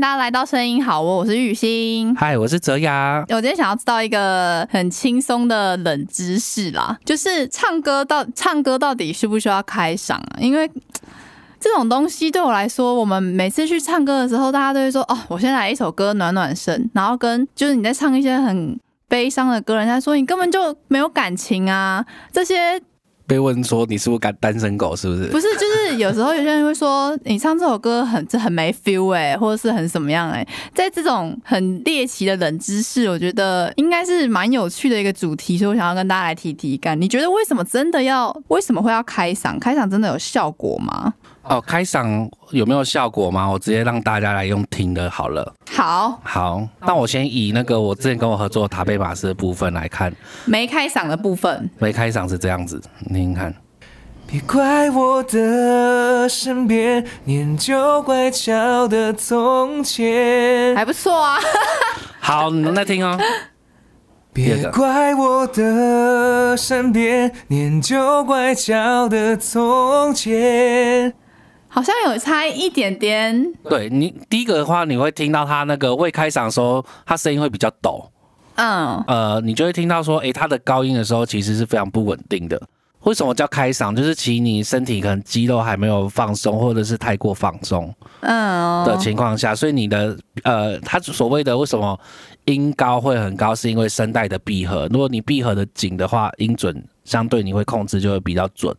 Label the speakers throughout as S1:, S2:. S1: 大家来到声音好哦我，我是玉兴。
S2: 嗨，我是泽雅。
S1: 我今天想要知道一个很轻松的冷知识啦，就是唱歌到唱歌到底需不需要开嗓啊？因为这种东西对我来说，我们每次去唱歌的时候，大家都会说哦，我先来一首歌暖暖身，然后跟就是你在唱一些很悲伤的歌，人家说你根本就没有感情啊，这些
S2: 被问说你是不是单单身狗，是不是？
S1: 不是，就是有时候有些人会说你唱这首歌很这很没 feel 哎、或者是很怎么样哎、在这种很猎奇的冷知识，我觉得应该是蛮有趣的一个主题，所以我想要跟大家来提提干。你觉得为什么真的要为什么会要开嗓？开嗓真的有效果吗？
S2: 哦，开嗓有没有效果吗？我直接让大家来用听的好了。
S1: 好，
S2: 好，那我先以那个我之前跟我合作的塔贝马斯的部分来看，
S1: 没开嗓的部分，
S2: 没开嗓是这样子，你听听看。
S3: 别怪我的身边，念旧乖巧的从前。
S1: 还不错啊。
S2: 好，你们再听哦。
S3: 别怪我的身边，念旧乖巧的从前。
S1: 好像有差一点点，
S2: 对你第一个的话，你会听到他那个未开嗓的时候，他声音会比较抖，
S1: 嗯，
S2: 呃，你就会听到说，诶，他的高音的时候其实是非常不稳定的。为什么叫开嗓？就是其实你身体可能肌肉还没有放松，或者是太过放松
S1: 嗯，
S2: 的情况下，所以你的呃，他所谓的为什么音高会很高，是因为声带的闭合。如果你闭合的紧的话，音准相对你会控制就会比较准，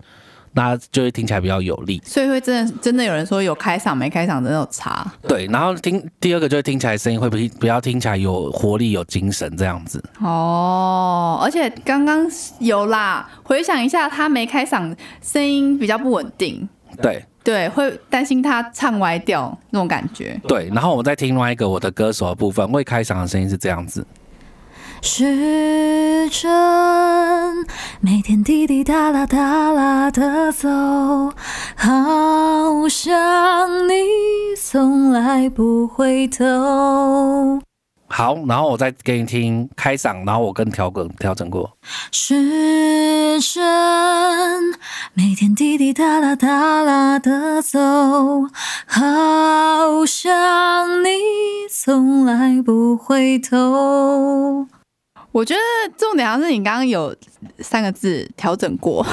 S2: 那就会听起来比较有力。
S1: 所以会真的真的有人说有开嗓没开嗓真的有差，
S2: 对，然后听第二个就会听起来声音会比比较听起来有活力、有精神这样子。
S1: 哦，而且刚刚有啦，回想一下，他没开嗓，声音比较不稳定，
S2: 对
S1: 对，会担心他唱歪掉那种感觉。
S2: 对，然后我们再听另外一个我的歌手的部分，未开嗓的声音是这样子。
S4: 时针每天滴滴答啦答啦的走，好像你从来不回头。
S2: 好，然后我再给你听开嗓，然后我跟调整调整过。
S4: 时针每天滴滴答啦答啦的走，好像你从来不回头。
S1: 我觉得重点好像是你刚刚有三个字调整过，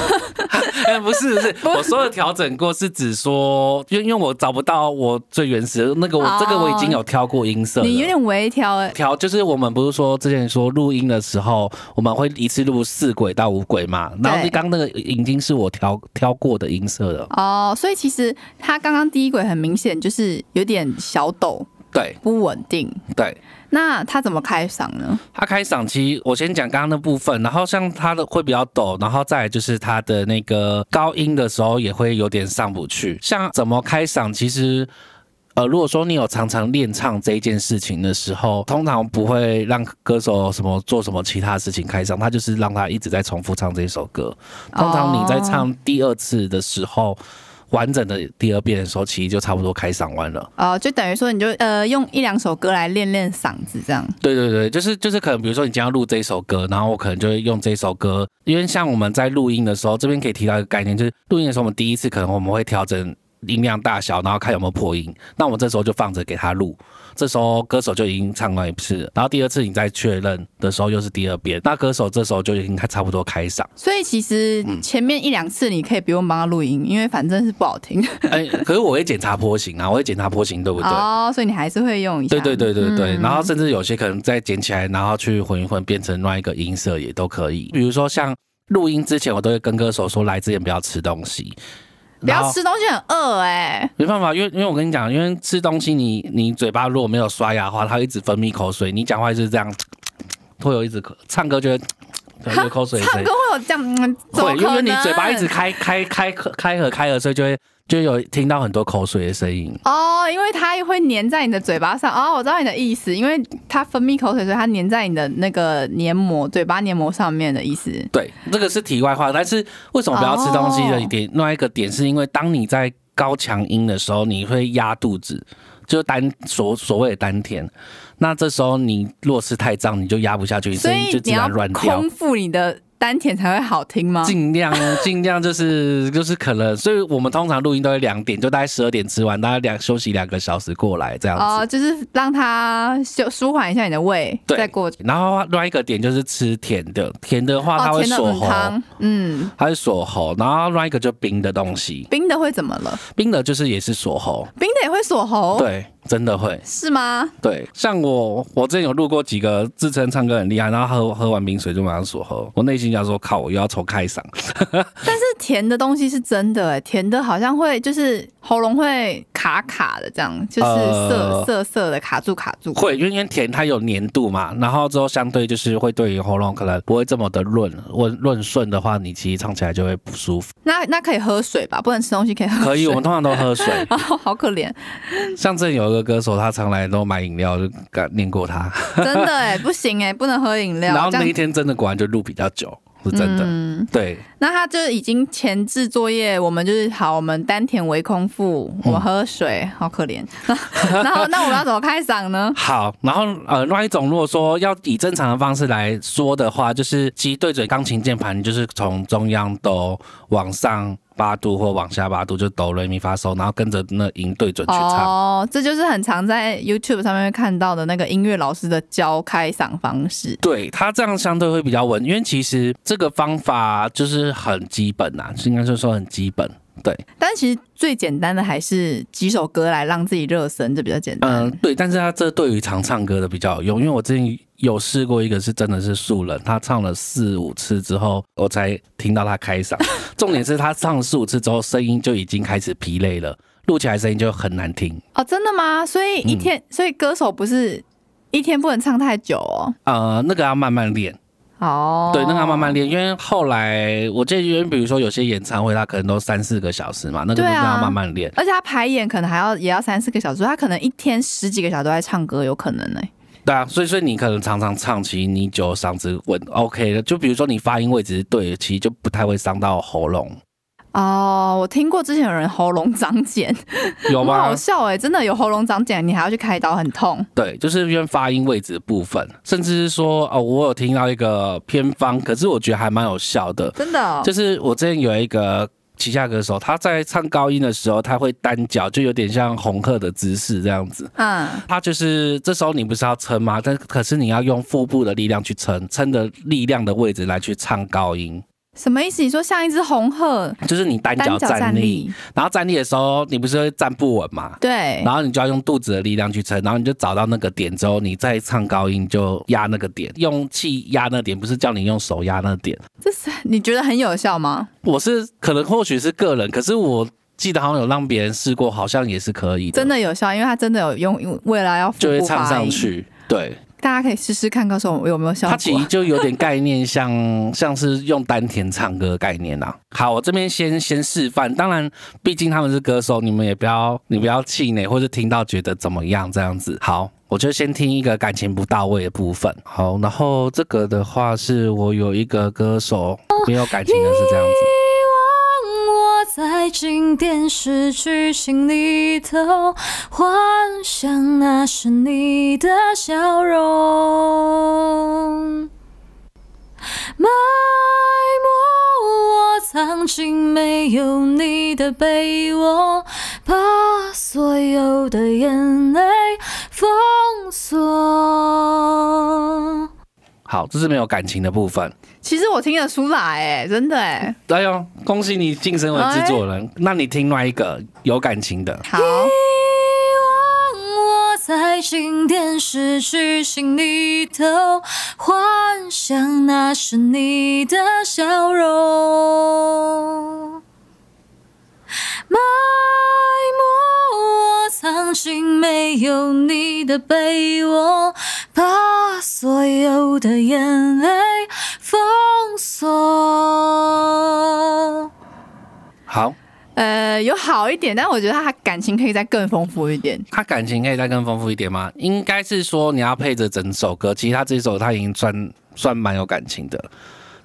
S2: 哎、 不是不是，我说的调整过是指说，因为因为我找不到我最原始的那个我，这个我已经有挑过音色了。
S1: 你有点微调哎、
S2: 调就是我们不是说之前说录音的时候，我们会一次录四轨到五轨嘛？然后
S1: 对
S2: 刚刚那个已经是我调挑过的音色了。
S1: 哦，所以其实他刚刚第一轨很明显就是有点小抖，
S2: 对
S1: 不稳定。
S2: 对，
S1: 那他怎么开嗓呢？
S2: 他开嗓期，我先讲刚刚那部分，然后像他的会比较抖，然后再来就是他的那个高音的时候也会有点上不去。像怎么开嗓，其实。呃，如果说你有常常练唱这一件事情的时候，通常不会让歌手什么做什么其他事情开嗓，他就是让他一直在重复唱这首歌。通常你在唱第二次的时候，完整的第二遍的时候，其实就差不多开嗓完了。
S1: 哦，就等于说你就呃用一两首歌来练练嗓子这样。
S2: 对对对，就是就是可能比如说你今天要录这一首歌，然后我可能就会用这首歌，因为像我们在录音的时候，这边可以提到一个概念，就是录音的时候我们第一次可能我们会调整音量大小，然后看有没有破音，那我们这时候就放着给他录。这时候歌手就已经唱完一次了，然后第二次你再确认的时候又是第二遍，那歌手这时候就已经差不多开嗓。
S1: 所以其实
S2: 嗯
S1: 前面一两次你可以不用帮他录音，因为反正是不好听。
S2: 哎，可是我会检查坡形啊，我会检查坡形对不对？
S1: 哦，所以你还是会用一下。
S2: 对对对对对，然后甚至有些可能再捡起来，然后去混一混，变成另外一个音色也都可以。比如说像录音之前，我都会跟歌手说，来之前不要吃东西，
S1: 不
S2: 然
S1: 要
S2: 后
S1: 吃东西很饿哎、
S2: 没办法，因为因为我跟你讲，因为吃东西你你嘴巴如果没有刷牙的话，它会一直分泌口水，你讲话就是这样，会有一直咳唱歌就会有口水
S1: 唱
S2: 声
S1: 歌，会有这样，嗯、怎么
S2: 会，因为
S1: 可能
S2: 你嘴巴一直开开开开合开合，所以就会就有听到很多口水的声音。
S1: 哦，因为它会粘在你的嘴巴上。哦，我知道你的意思，因为它分泌口水，所以它粘在你的那个黏膜、嘴巴黏膜上面的意思。
S2: 对，这个是题外话。但是为什么不要吃东西
S1: 哦
S2: 的一点，另外一个点是因为当你在高强音的时候，你会压肚子，就是丹所所谓的丹田。那这时候你若是太胀，你就压不下去，
S1: 所
S2: 声音
S1: 以
S2: 就
S1: 你
S2: 自
S1: 要
S2: 然乱掉
S1: 空。腹你的丹田才会好听吗？
S2: 尽量尽量就是 就是可能，所以我们通常录音都会两点，就大概十二点吃完，大概两休息两个小时过来这样子。
S1: 哦，就是让它休舒缓一下你的胃，
S2: 对
S1: 再过。
S2: 然后另外一个点就是吃甜的，甜的话它
S1: 哦，
S2: 会
S1: 甜的
S2: 锁
S1: 很
S2: 喉，
S1: 汤，嗯，
S2: 它会锁喉。然后另外一个就冰的东西，
S1: 冰的会怎么了？
S2: 冰的就是也是锁喉，
S1: 冰的也会锁喉，，
S2: 对，真的会。
S1: 是吗？
S2: 对，像我，我之前有录过几个自称唱歌很厉害，然后喝喝完冰水就马上锁喉，我内心想说，靠，我又要重开嗓。
S1: 但是甜的东西是真的、欸，甜的好像会就是喉咙会卡卡的，这样就是涩、
S2: 呃
S1: 涩涩的卡住卡住。
S2: 会，因为甜它有粘度嘛，然后之后相对就是会对于喉咙可能不会这么的润，润润顺的话，你其实唱起来就会不舒服。
S1: 那那可以喝水吧？不能吃东西可以喝水。
S2: 可以，我们通常都喝水。
S1: 哦，好可怜，
S2: 像之前有一个歌手，他常来都买饮料，就敢念过他。
S1: 真的哎、不行哎、不能喝饮料。
S2: 然后
S1: 这
S2: 那一
S1: 样，嗯
S2: 天真的果然就录比较久，是真的。对，
S1: 那他就已经前置作业，我们就是好，我们丹田为空腹，我们喝水，好可怜。 然后那我们要怎么开嗓呢？
S2: 好，然后呃，另外一种如果说要以正常的方式来说的话，就是其实对准钢琴键盘，你就是从中央哆往上八度或往下八度，就哆来咪发嗦，然后跟着那音对准去唱。
S1: 哦，这就是很常在 YouTube 上面会看到的那个音乐老师的教开嗓方式。
S2: 对它这样相对会比较稳，因为其实这个方法就是很基本呐、是应该是说很基本。对，
S1: 但其实最简单的还是几首歌来让自己热身，这比较简单。
S2: 嗯、对，但是它这对于常唱歌的比较有用，因为我之前有试过一个是真的是素人，他唱了四五次之后，我才听到他开 嗓。重点是他唱了四五次之后，声音就已经开始疲累了，录起来声音就很难听。
S1: 哦，真的吗？所以一
S2: 嗯
S1: 天，所以歌手不是一天不能唱太久哦。
S2: 呃，那个要慢慢练。
S1: 哦，
S2: 对，那个要慢慢练，因为后来我记得，因为比如说有些演唱会，它可能都三四个小时嘛，那个
S1: 对
S2: 真的
S1: 啊
S2: 要慢慢练。
S1: 而且他排演可能还要也要三四个小时，他可能一天十几个小时都在唱歌，有可能欸呢、
S2: 对啊，所以所以你可能常常唱，其实你就嗓子稳 OK 的。就比如说你发音位置是对的，其实就不太会伤到喉咙，
S1: 哦，我听过之前有人喉咙长茧，
S2: 有
S1: 很
S2: 吗
S1: 好？笑哎、真的有喉咙长茧，你还要去开刀，很痛。
S2: 对，就是因为发音位置的部分，甚至是说哦，我有听到一个偏方，可是我觉得还蛮有效的，
S1: 真的、哦，
S2: 就是我之前有一个。旗下歌手，他在唱高音的时候，他会单脚，就有点像红鹤的姿势这样子。
S1: 嗯，
S2: 他就是这时候你不是要撑吗？但可是你要用腹部的力量去撑，撑的力量的位置来去唱高音，
S1: 什么意思？你说像一只红鹤
S2: 就是你单脚
S1: 单脚
S2: 站
S1: 站
S2: 立，
S1: 立，
S2: 然后站立的时候，你不是会站不稳嘛？
S1: 对
S2: 然，后你就要用肚子的力量去撑，然后你就找到那个点之后，你再唱高音就压那个点，用气压那点，不是叫你用手压那点。
S1: 这是你觉得很有效吗？
S2: 我是可能或许是个人，可是我记得好像有让别人试过，好像也是可以的，
S1: 真的有效，因为它真的有用，因为未来要腹
S2: 就会
S1: 部
S2: 唱
S1: 发
S2: 上
S1: 音，
S2: 去。对，
S1: 大家可以试试看，告诉我有没有效
S2: 它其实
S1: 果。
S2: 就有点概念像，像 是用丹田唱歌的概念啦、好，我这边先先示范，当然，毕竟他们是歌手，你们也不要你不要气馁，或是听到觉得怎么样这样子。好，我就先听一个感情不到位的部分。好，然后这个的话是我有一个歌手没有感情的是这样子。
S4: 遗忘我在经典时剧情里头，幻想那是你的笑容，埋没我曾经没有你的被窝，把所有的眼泪封锁。
S2: 好，这是没有感情的部分。
S1: 其实我听得出来，哎，真的 哎，
S2: 哎呦，恭喜你晋升为制作人。那你听另外一个有感情的，
S1: 好，
S4: 遗忘我在经典时剧情里头，幻想那是你的笑容，埋没我曾经没有你的被窝，把所有的眼泪封锁。
S2: 好，
S1: 呃，有好一点，但我觉得他感情可以再更丰富一点。
S2: 他感情可以再更丰富一点吗？应该是说你要配着整首歌，其实他这首他已经算算蛮有感情的，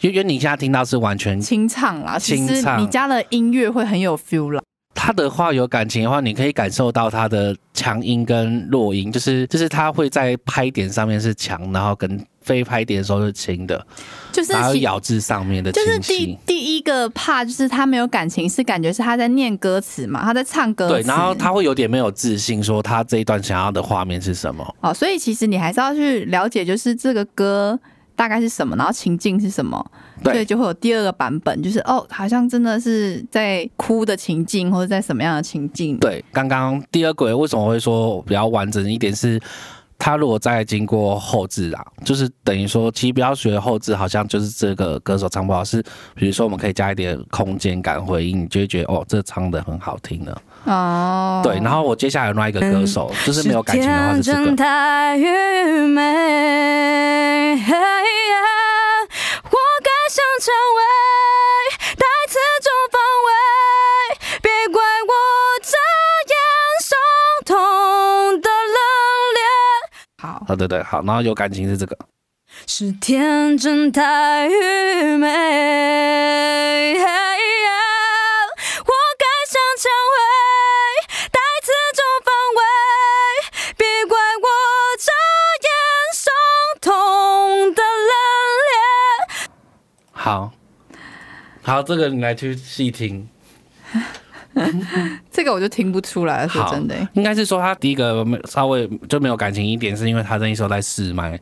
S2: 因为因为你现在听到是完全
S1: 清唱啦，其
S2: 清
S1: 实
S2: 唱
S1: 你加了音乐会很有 feel 啦。
S2: 他的话有感情的话，你可以感受到他的强音跟弱音，就是就是他会在拍点上面是强，然后跟飞拍点的时候是轻的，
S1: 就是
S2: 然后
S1: 其
S2: 咬字上面的清
S1: 就是
S2: 晰。
S1: 第第一个怕就是他没有感情，是感觉是他在念歌词嘛，他在唱歌词。
S2: 对，然后他会有点没有自信，说他这一段想要的画面是什么。
S1: 哦，所以其实你还是要去了解，就是这个歌大概是什么，然后情境是什么，所以
S2: 对，
S1: 就会有第二个版本，就是哦，好像真的是在哭的情境，或者在什么样的情境。
S2: 对，刚刚第二轨为什么会说比较完整一点是？他如果再经过后置啊，就是等于说，其实不要学后置，好像就是这个歌手唱不好，是比如说我们可以加一点空间感回应，你就会觉得哦，这唱的很好听了。
S1: 哦，
S2: 对，然后我接下来另外一个歌手，就是没有感情的话是这
S4: 嗯天真
S2: 个，
S4: 太愚昧，我该想成为带刺中防卫，别怪我这样伤痛的冷冽。
S1: 好，
S2: 啊对对好，然后有感情是这个，
S4: 是天真太愚昧，我该想成为带刺中防卫，别怪我这样伤痛的冷冽。
S2: 好，好这个你来去细听。
S1: 这个我就听不出来了，说
S2: 好，
S1: 真的、欸
S2: 应该是说他第一个没稍微就没有感情一点，是因为他那一首在试麦，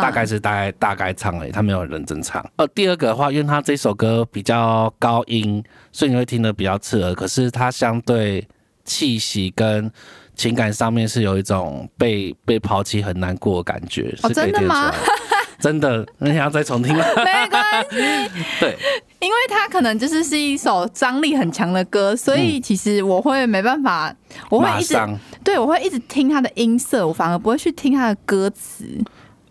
S1: 嗯
S2: 大概是大概大概唱而已，他没有很认真唱。呃，第二个的话，因为他这首歌比较高音，所以你会听得比较刺耳，可是他相对气息跟。情感上面是有一种被被抛弃很难过的感觉，
S1: 哦
S2: 是可
S1: 真的
S2: 以听得出
S1: 吗
S2: 来的。真的，那你要再重听吗？
S1: 没关系，
S2: 对，
S1: 因为它可能就是是一首张力很强的歌，所以其实我会没办法，我会
S2: 嗯马
S1: 一直
S2: 上
S1: 对我会一直听它的音色，我反而不会去听它的歌词。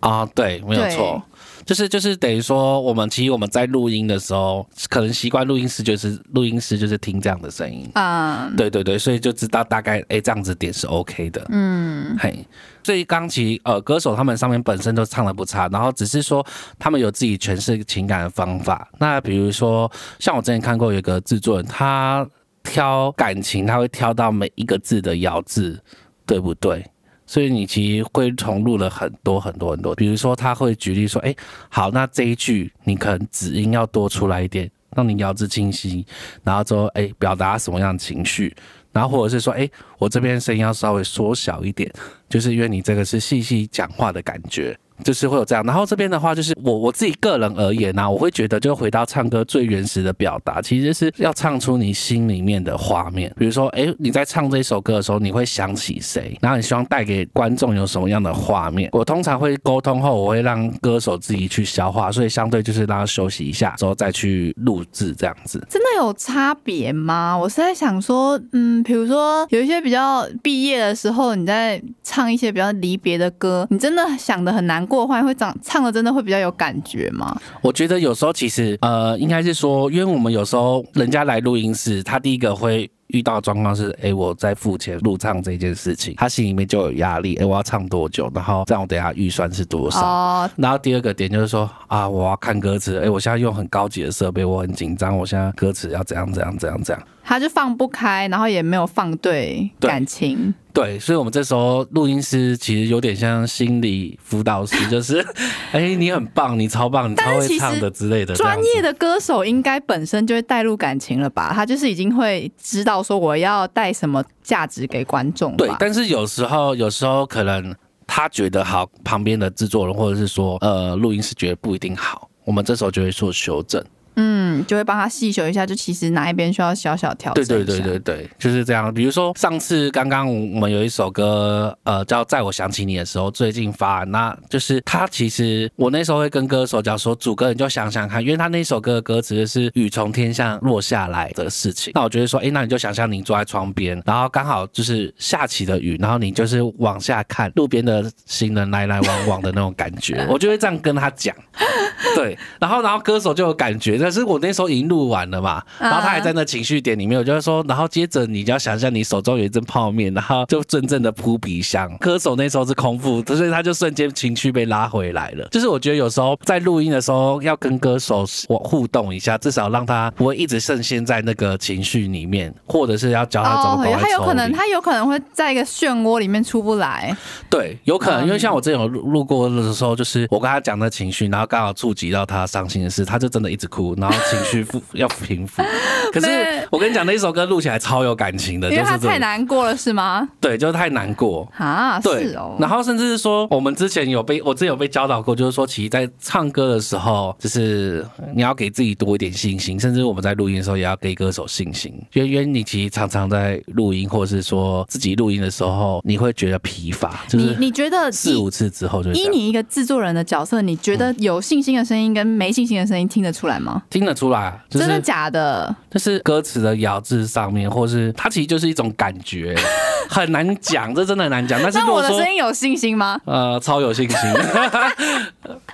S2: 啊、对，没有错，就是就是等于说，我们其实我们在录音的时候，可能习惯录音师就是录音师就是听这样的声音，
S1: 嗯，
S2: 对对对，所以就知道大概哎、这样子点是 OK 的，嗯，嘿，所以刚其实呃歌手他们上面本身都唱的不差，然后只是说他们有自己诠释情感的方法。那比如说像我之前看过有一个制作人，他挑感情，他会挑到每一个字的咬字对不对，所以你其实会重录了很多很多很多。比如说他会举例说，哎、好，那这一句你可能子音要多出来一点，让你咬字清晰，然后之后哎、表达什么样的情绪。然后或者是说，哎、我这边声音要稍微缩小一点，就是因为你这个是细细讲话的感觉，就是会有这样。然后这边的话，就是我我自己个人而言呢、啊我会觉得就回到唱歌最原始的表达，其实是要唱出你心里面的画面。比如说，哎，你在唱这首歌的时候，你会想起谁？然后你希望带给观众有什么样的画面？我通常会沟通后，我会让歌手自己去消化，所以相对就是让他休息一下之后再去录制这样子。
S1: 真的有差别吗？我是在想说，嗯，比如说有一些比较毕业的时候，你在唱一些比较离别的歌，你真的想的很难过的话，会长唱的真的会比较有感觉吗？
S2: 我觉得有时候其实呃，应该是说，因为我们有时候人家来录音室，他第一个会。遇到的状况是，哎、我在付钱录唱这件事情，他心里面就有压力，哎、我要唱多久，然后这样我等一下预算是多少，
S1: 哦，
S2: 然后第二个点就是说啊，我要看歌词，哎、我现在用很高级的设备，我很紧张，我现在歌词要怎样怎样怎样怎样。
S1: 他就放不开，然后也没有放对
S2: 对
S1: 感情。
S2: 对，所以我们这时候录音师其实有点像心理辅导师，就是， 哎、你很棒，你超棒，你超
S1: 但是其
S2: 会
S1: 实
S2: 唱的之类的这样
S1: 专
S2: 子。
S1: 业的歌手应该本身就会带入感情了吧？他就是已经会知道说我要带什么价值给观众
S2: 对
S1: 吧，
S2: 但是有时候，有时候可能他觉得好，旁边的制作人或者是说呃录音师觉得不一定好，我们这时候就会做修正。
S1: 嗯，就会帮他细修一下，就其实哪一边需要小小调整
S2: 对
S1: 一下。
S2: 对对对对，就是这样。比如说上次刚刚我们有一首歌，呃，叫《在我想起你的时候》，最近发，那就是他其实我那时候会跟歌手讲说，主歌你就想想看，因为他那首歌的歌词就是雨从天上落下来的事情。那我就会说，哎，那你就想象你坐在窗边，然后刚好就是下起的雨，然后你就是 往下看路边的行人来来往往的那种感觉，我就会这样跟他讲。 对，然后然后歌手就有感觉，但是我那时候已经录完了
S1: 啊
S2: 嘛，然后他还在那情绪点里面，我就会说，然后接着你就要想象你手中有一阵泡面，然后就真正的扑鼻香。歌手那时候是空腹，所以他就瞬间情绪被拉回来了。就是我觉得有时候在录音的时候要跟歌手我互动一下，至少让他不会一直深陷在那个情绪里面，或者是要教啊他怎么
S1: 哦
S2: 赶，快
S1: 他有
S2: 抽
S1: 可能
S2: 离
S1: 他有可能会在一个漩涡里面出不 来，
S2: 对，有
S1: 嗯
S2: 可能，因为像我之前有录录过的时候，就是我跟他讲的情绪，然后刚好触及到他伤心的事，他就真的一直哭，然后情绪复要平 复。可
S1: 没
S2: 是我跟你讲，那一首歌录起来超有感情的，
S1: 因
S2: 就
S1: 为
S2: 是
S1: 他
S2: 这
S1: 太
S2: 种，
S1: 难过了，是吗？
S2: 对，就是太难过。
S1: 啊，
S2: 对
S1: 是哦，。
S2: 然后甚至是说，我们之前有被我之前有被教导过，就是说，其实在唱歌的时候，就是你要给自己多一点信心，甚至我们在录音的时候，也要给歌手信心，因为因为你其实常常在录音，或者是说自己录音的时候，你会觉得疲乏，就是
S1: 你你觉得
S2: 四
S1: 以
S2: 五次之后就
S1: 依
S2: 这样嗯
S1: 你一个制作人的角色，你觉得有信心的声音跟没信心的声音听得出来吗？
S2: 听得出来啊，就
S1: 真的
S2: 是
S1: 假的？
S2: 就是歌词的咬字上面，或是它其实就是一种感 觉，很难讲，这真的很难讲。但是
S1: 那
S2: 如
S1: 我
S2: 果
S1: 的
S2: 说
S1: 声音有信心吗？
S2: 呃超有信心，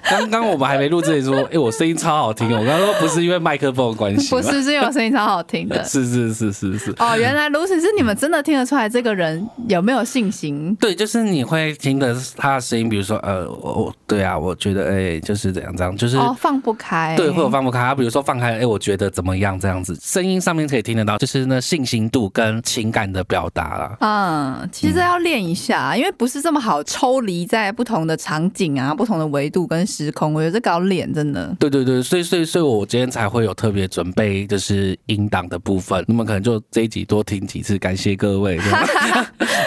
S2: 刚刚我们还没录这里说，哎、我声音超好听哦，我刚刚说不是因为麦克风的关系
S1: 不
S2: 吗，
S1: 是，是因为我声音超好听 的。
S2: 是是是是是。
S1: 哦，原来如此，是你们真的听得出来这个人有没有信心？
S2: 对，就是你会听的他的声音，比如说，呃，我我对啊，我觉得，哎、就是怎样怎样，就是、
S1: 哦，放不开。
S2: 对，会有放不开。他比如说放开，哎、我觉得怎么样这样子，声音上面可以听得到，就是那信心度跟情感的表达啦。
S1: 嗯，其实这要练一下，因为不是这么好抽离在不同的场景啊、不同的维度跟时空，我觉得这个要练，真的。
S2: 对对对，所以所以所以我今天才会有特别准备，就是音档的部分。你们可能就这一集多听几次，感谢 各位。这样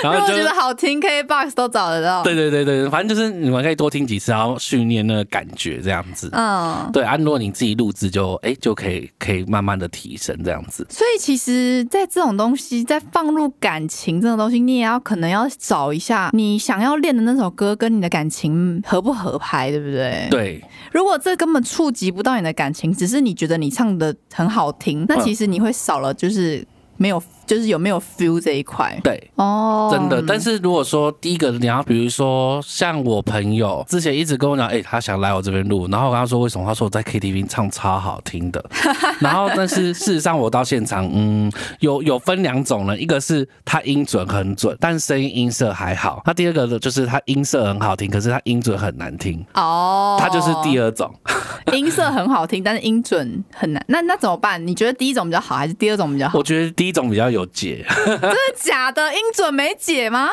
S2: 然
S1: 如
S2: 后
S1: 果
S2: 就
S1: 觉
S2: 是
S1: 得好听，K box 都找得到。
S2: 对对对对，反正就是你们可以多听几次，然后训练那个感觉这样子。
S1: 嗯，
S2: 对，啊，如果你自己录制就哎就可以可以慢慢的提升这样子。
S1: 所以其实，在这种东西，在放入感情这种东西，你也要可能要找一下你想要练的那首歌跟你的感情合不合拍，对不对？。
S2: 对，
S1: 如果这根本触及不到你的感情，只是你觉得你唱的很好听，那
S2: 嗯
S1: 其实你会少了就是没有，就是有没有 feel 这一块。
S2: 对，
S1: 哦，
S2: 真的。但是如果说第一个你要，比如说像我朋友之前一直跟我讲，哎、他想来我这边录，然后我跟他说为什么？他说我在 KTV 唱超好听 的。然后，但是事实上我到现场，嗯，有有分两种人，一个是他音准很准，但声音音色还好；那第二个呢，就是他音色很好听，可是他音准很难听。
S1: 哦，
S2: 他就是第二种，
S1: 二，音色很好听，但是音准很难。那那怎么办？你觉得第一种比较好，还是第二种比较好？
S2: 我觉得第一种比较有解，
S1: 真的假的？音准没解吗？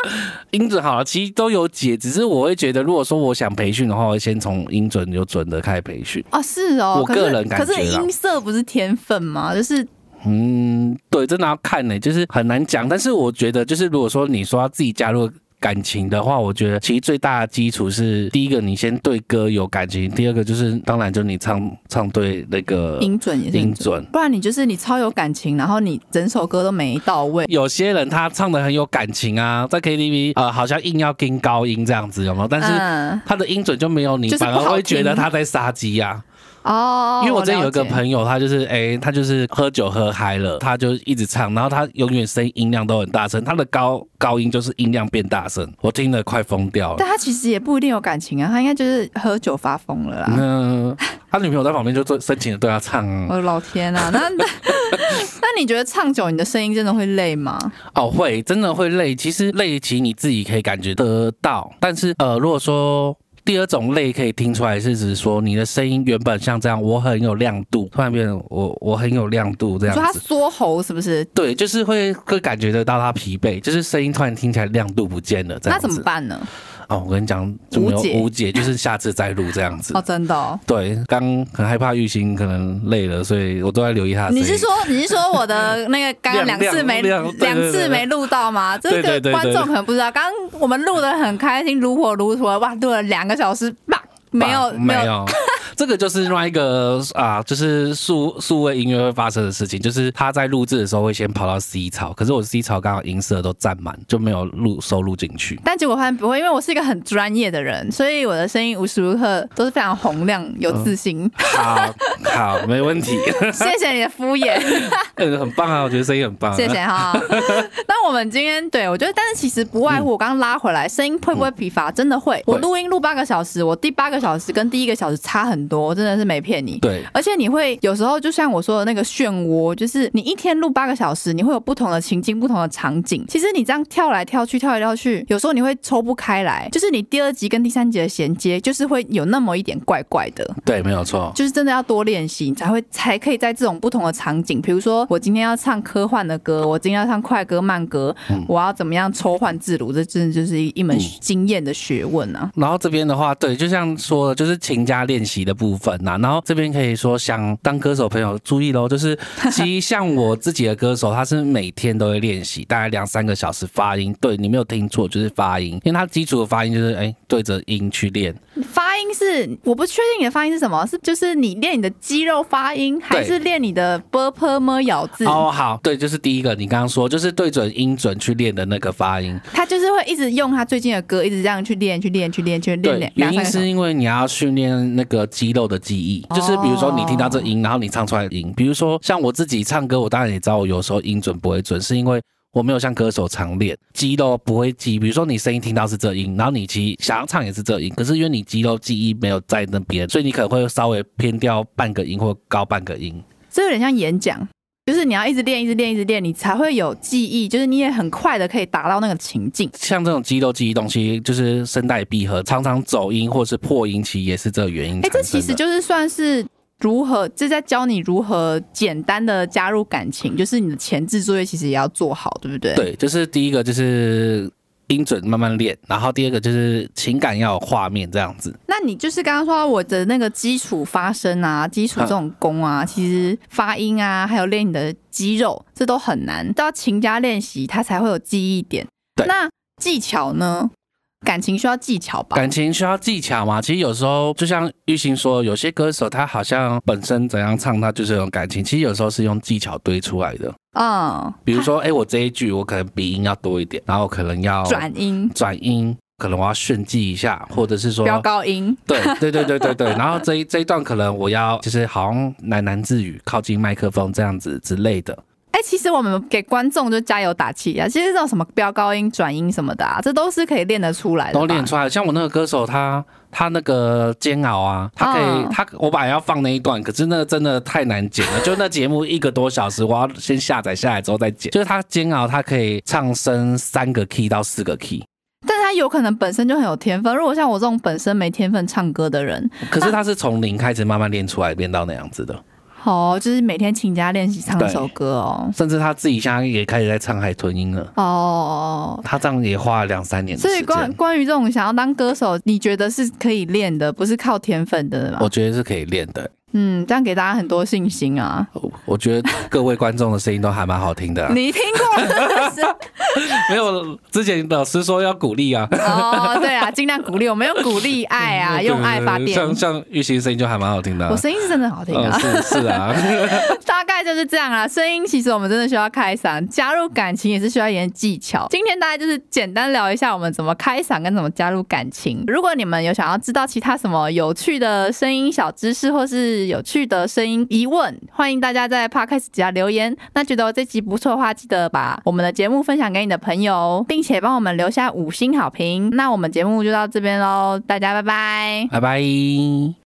S2: 音准好了，其实都有解，只是我会觉得，如果说我想培训的话，我会先从音准有准的开始培训。
S1: 哦，是哦，
S2: 我
S1: 可是
S2: 个人感觉啊
S1: 可
S2: 啦
S1: 是音色不是天分吗？就是
S2: 嗯，对，真的要看呢、就是很难讲。但是我觉得，就是如果说你说要自己加入感情的话，我觉得其实最大的基础是，第一个你先对歌有感情，第二个就是当然就是你唱唱对那个
S1: 音准也是
S2: 音准。
S1: 不然你就是你超有感情，然后你整首歌都没到位。
S2: 有些人他唱的很有感情啊，在 KTV 呃好像硬要跟高音这样子，有没有？但是
S1: 嗯，
S2: 他的音准就没有你，
S1: 就是不
S2: 反而
S1: 好
S2: 会觉得
S1: 听
S2: 他在杀鸡呀、啊。
S1: 哦，
S2: 因为我之前有一个
S1: 友，
S2: 朋友，他就是哎、他就是喝酒喝嗨了，他就一直唱，然后他永远声音音量都很大声，他的高高音就是音量变大声，我听了快疯掉了
S1: 但。他其实也不一定有感情啊，他应该就是喝酒发疯了啦。
S2: 嗯，他女朋友在旁边就做深情的对他唱
S1: 我
S2: 啊，
S1: 的老天啊，那 那你觉得唱久你的声音真的会累吗？
S2: 哦，会真的会累，其实累，其实你自己可以感觉得到，但是呃，如果说。第二种累可以听出来，是指说你的声音原本像这样，我很有亮度，突然变成我我很有亮度这
S1: 你
S2: 样
S1: 说他
S2: 子。
S1: 缩喉是不是？
S2: 对，就是会会感觉得到他疲惫，就是声音突然听起来亮度不见了，这
S1: 那
S2: 样
S1: 怎么
S2: 子。
S1: 办呢？
S2: 哦，我跟你讲，就没有
S1: 无解
S2: 无解，就是下次再录这样子
S1: 哦，。真的哦。
S2: 对，刚很害怕玉兴可能累了，啊所以我都在留意他的声
S1: 你
S2: 音。
S1: 是 说你是说我的那个刚刚两
S2: 亮
S1: 次没
S2: 亮亮对对
S1: 两
S2: 对
S1: 次没录到吗？这
S2: 对对
S1: 个
S2: 对
S1: 观
S2: 对
S1: 众可能不知道，刚刚我们录的很开心，如火如荼，哇，录了两个小时，吧，没有
S2: 吧
S1: 没
S2: 没
S1: 有。
S2: 有。 这个就是另外一个啊，就是数数位音乐会发生的事情，就是他在录制的时候会先跑到 C 槽，可是我 C 槽刚好音色都占满，就没有录收录进 去。
S1: 但结果发现不会，因为我是一个很专业的人，所以我的声音无时无刻都是非常洪亮、有自信。
S2: 好，啊好，没问题，
S1: 谢谢你的敷衍。
S2: 嗯，很棒啊，我觉得声音很棒、啊。
S1: 谢谢哈。那我们今天对我觉得，但是其实不外乎我刚刚
S2: 嗯
S1: 拉回来，声音会不会疲乏？真的会。我录音录八个小时，我第八个小时跟第一个小时差很多，我真的是没骗你。
S2: 对，
S1: 而且你会有时候就像我说的那个漩涡，就是你一天录八个小时，你会有不同的情境、不同的场景。其实你这样跳来跳去、跳来跳去，有时候你会抽不开来，就是你第二集跟第三集的衔接，就是会有那么一点怪怪的。
S2: 对，没有错。
S1: 就是真的要多练习，你才会才可以在这种不同的场景，比如说我今天要唱科幻的歌，我今天要唱快歌、慢歌，我要怎么样抽换自如，这真的就是一门经验的学问啊。
S2: 然后这边的话，对，就像说的，就是勤加练习的部分呐、然后这边可以说，想当歌手朋友注意喽，就是其实像我自己的歌手，他是每天都会练习，大概两三个小时发音。对你没有听错，就是发音，因为他基础的发音就是哎、对着音去练。
S1: 发音是我不确定你的发音是什么，是就是你练你的肌肉发音，还是练你的 b p m 咬字？
S2: 哦，好，对，就是第一个你刚刚说，就是对准音准去练的那个发音。
S1: 他就是会一直用他最近的歌，一直这样去练，去练，去练，去练
S2: 对
S1: 两，
S2: 原
S1: 两
S2: 因
S1: 三个小
S2: 是
S1: 时。哦
S2: 因为你要训练那个肌肉的记忆，就是比如说你听到这音，然后你唱出来的音，比如说像我自己唱歌，我当然也知道我有时候音准不会准，是因为。我没有像歌手常练，肌肉不会记。比如说你声音听到是这音，然后你其实想要唱也是这音，可是因为你肌肉记忆没有在那边，所以你可能会稍微偏掉半个音或高半个音。
S1: 这有点像演讲，就是你要一直练，一直练，一直练，你才会有记忆，就是你也很快的可以达到那个情境。
S2: 像这种肌肉记忆东西，就是声带闭合，常常走音或是破音，其实也是这个原因
S1: 哎、
S2: 产生的。
S1: 这其实就是算是如何，这在教你如何简单的加入感情，就是你的前置作业其实也要做好，对不对？，
S2: 对，就是第一个就是音准慢慢练，然后第二个就是情感要有画面这样子。
S1: 那你就是刚刚说到我的那个基础发声啊，
S2: 嗯
S1: 基础这种功啊，其实发音啊，还有练你的肌肉，这都很难，都要勤加练习，它才会有记忆点。
S2: 对
S1: 那技巧呢？感情需要技巧吧？
S2: 感情需要技巧嘛？其实有时候就像玉兴说，有些歌手他好像本身怎样唱，他就是有感情。其实有时候是用技巧堆出来的。
S1: 嗯，
S2: 比如说，哎、我这一句我可能鼻音要多一点，然后可能要
S1: 转音、
S2: 转音，可能我要炫技一下，或者是说
S1: 飙高音，
S2: 对对对对对对，然后这一这一段可能我要就是好像喃喃自语，靠近麦克风这样子之类的。
S1: 哎、其实我们给观众就加油打气啊！其实这种什么飙高音、转音什么的啊，这都是可以练得出来的吧。
S2: 都练出来。像我那个歌手他，他那个煎熬啊，他可以、
S1: 嗯
S2: 他我本来要放那一段，可是那个真的太难剪 了。就那节目一个多小时，我要先下载下来之后再剪。就是他煎熬，他可以唱升三个 key 到四个 key，
S1: 但是他有可能本身就很有天分。如果像我这种本身没天分唱歌的人，
S2: 可是他是从零开始慢慢练出来，练到那样子的。
S1: 哦，就是每天请假练习唱这首歌哦。
S2: 甚至他自己现在也开始在唱海豚音了。
S1: 哦，
S2: 他这样也花了两三年的
S1: 所以
S2: 时
S1: 关
S2: 间，
S1: 关于这种想要当歌手，你觉得是可以练的，不是靠天分的
S2: 我
S1: 吗？
S2: 觉得是可以练的。
S1: 嗯，这样给大家很多信心啊。，
S2: 我我觉得各位观众的声音都还蛮好听的、啊
S1: 你听过了 是不是？
S2: 没有之前老师说要鼓励啊。
S1: 哦，对啊，尽量鼓励，我们用鼓励爱啊，
S2: 嗯对
S1: 用爱
S2: 对
S1: 发
S2: 对
S1: 电。
S2: 像像玉兴声音就还蛮好听的、啊
S1: 我。声音是真的好听啊。
S2: 嗯，是 是啊，
S1: 大概就是这样啦。啊声音其实我们真的需要开嗓，加入感情也是需要一点技巧。今天大家就是简单聊一下我们怎么开嗓跟怎么加入感情。如果你们有想要知道其他什么有趣的声音小知识，或是有趣的声音疑问，欢迎大家在 podcast 底下留言。那觉得这集不错的话，记得把我们的节目分享给你的朋友，并且帮我们留下五星好评。那我们节目就到这边喽，大家拜拜。
S2: 拜拜。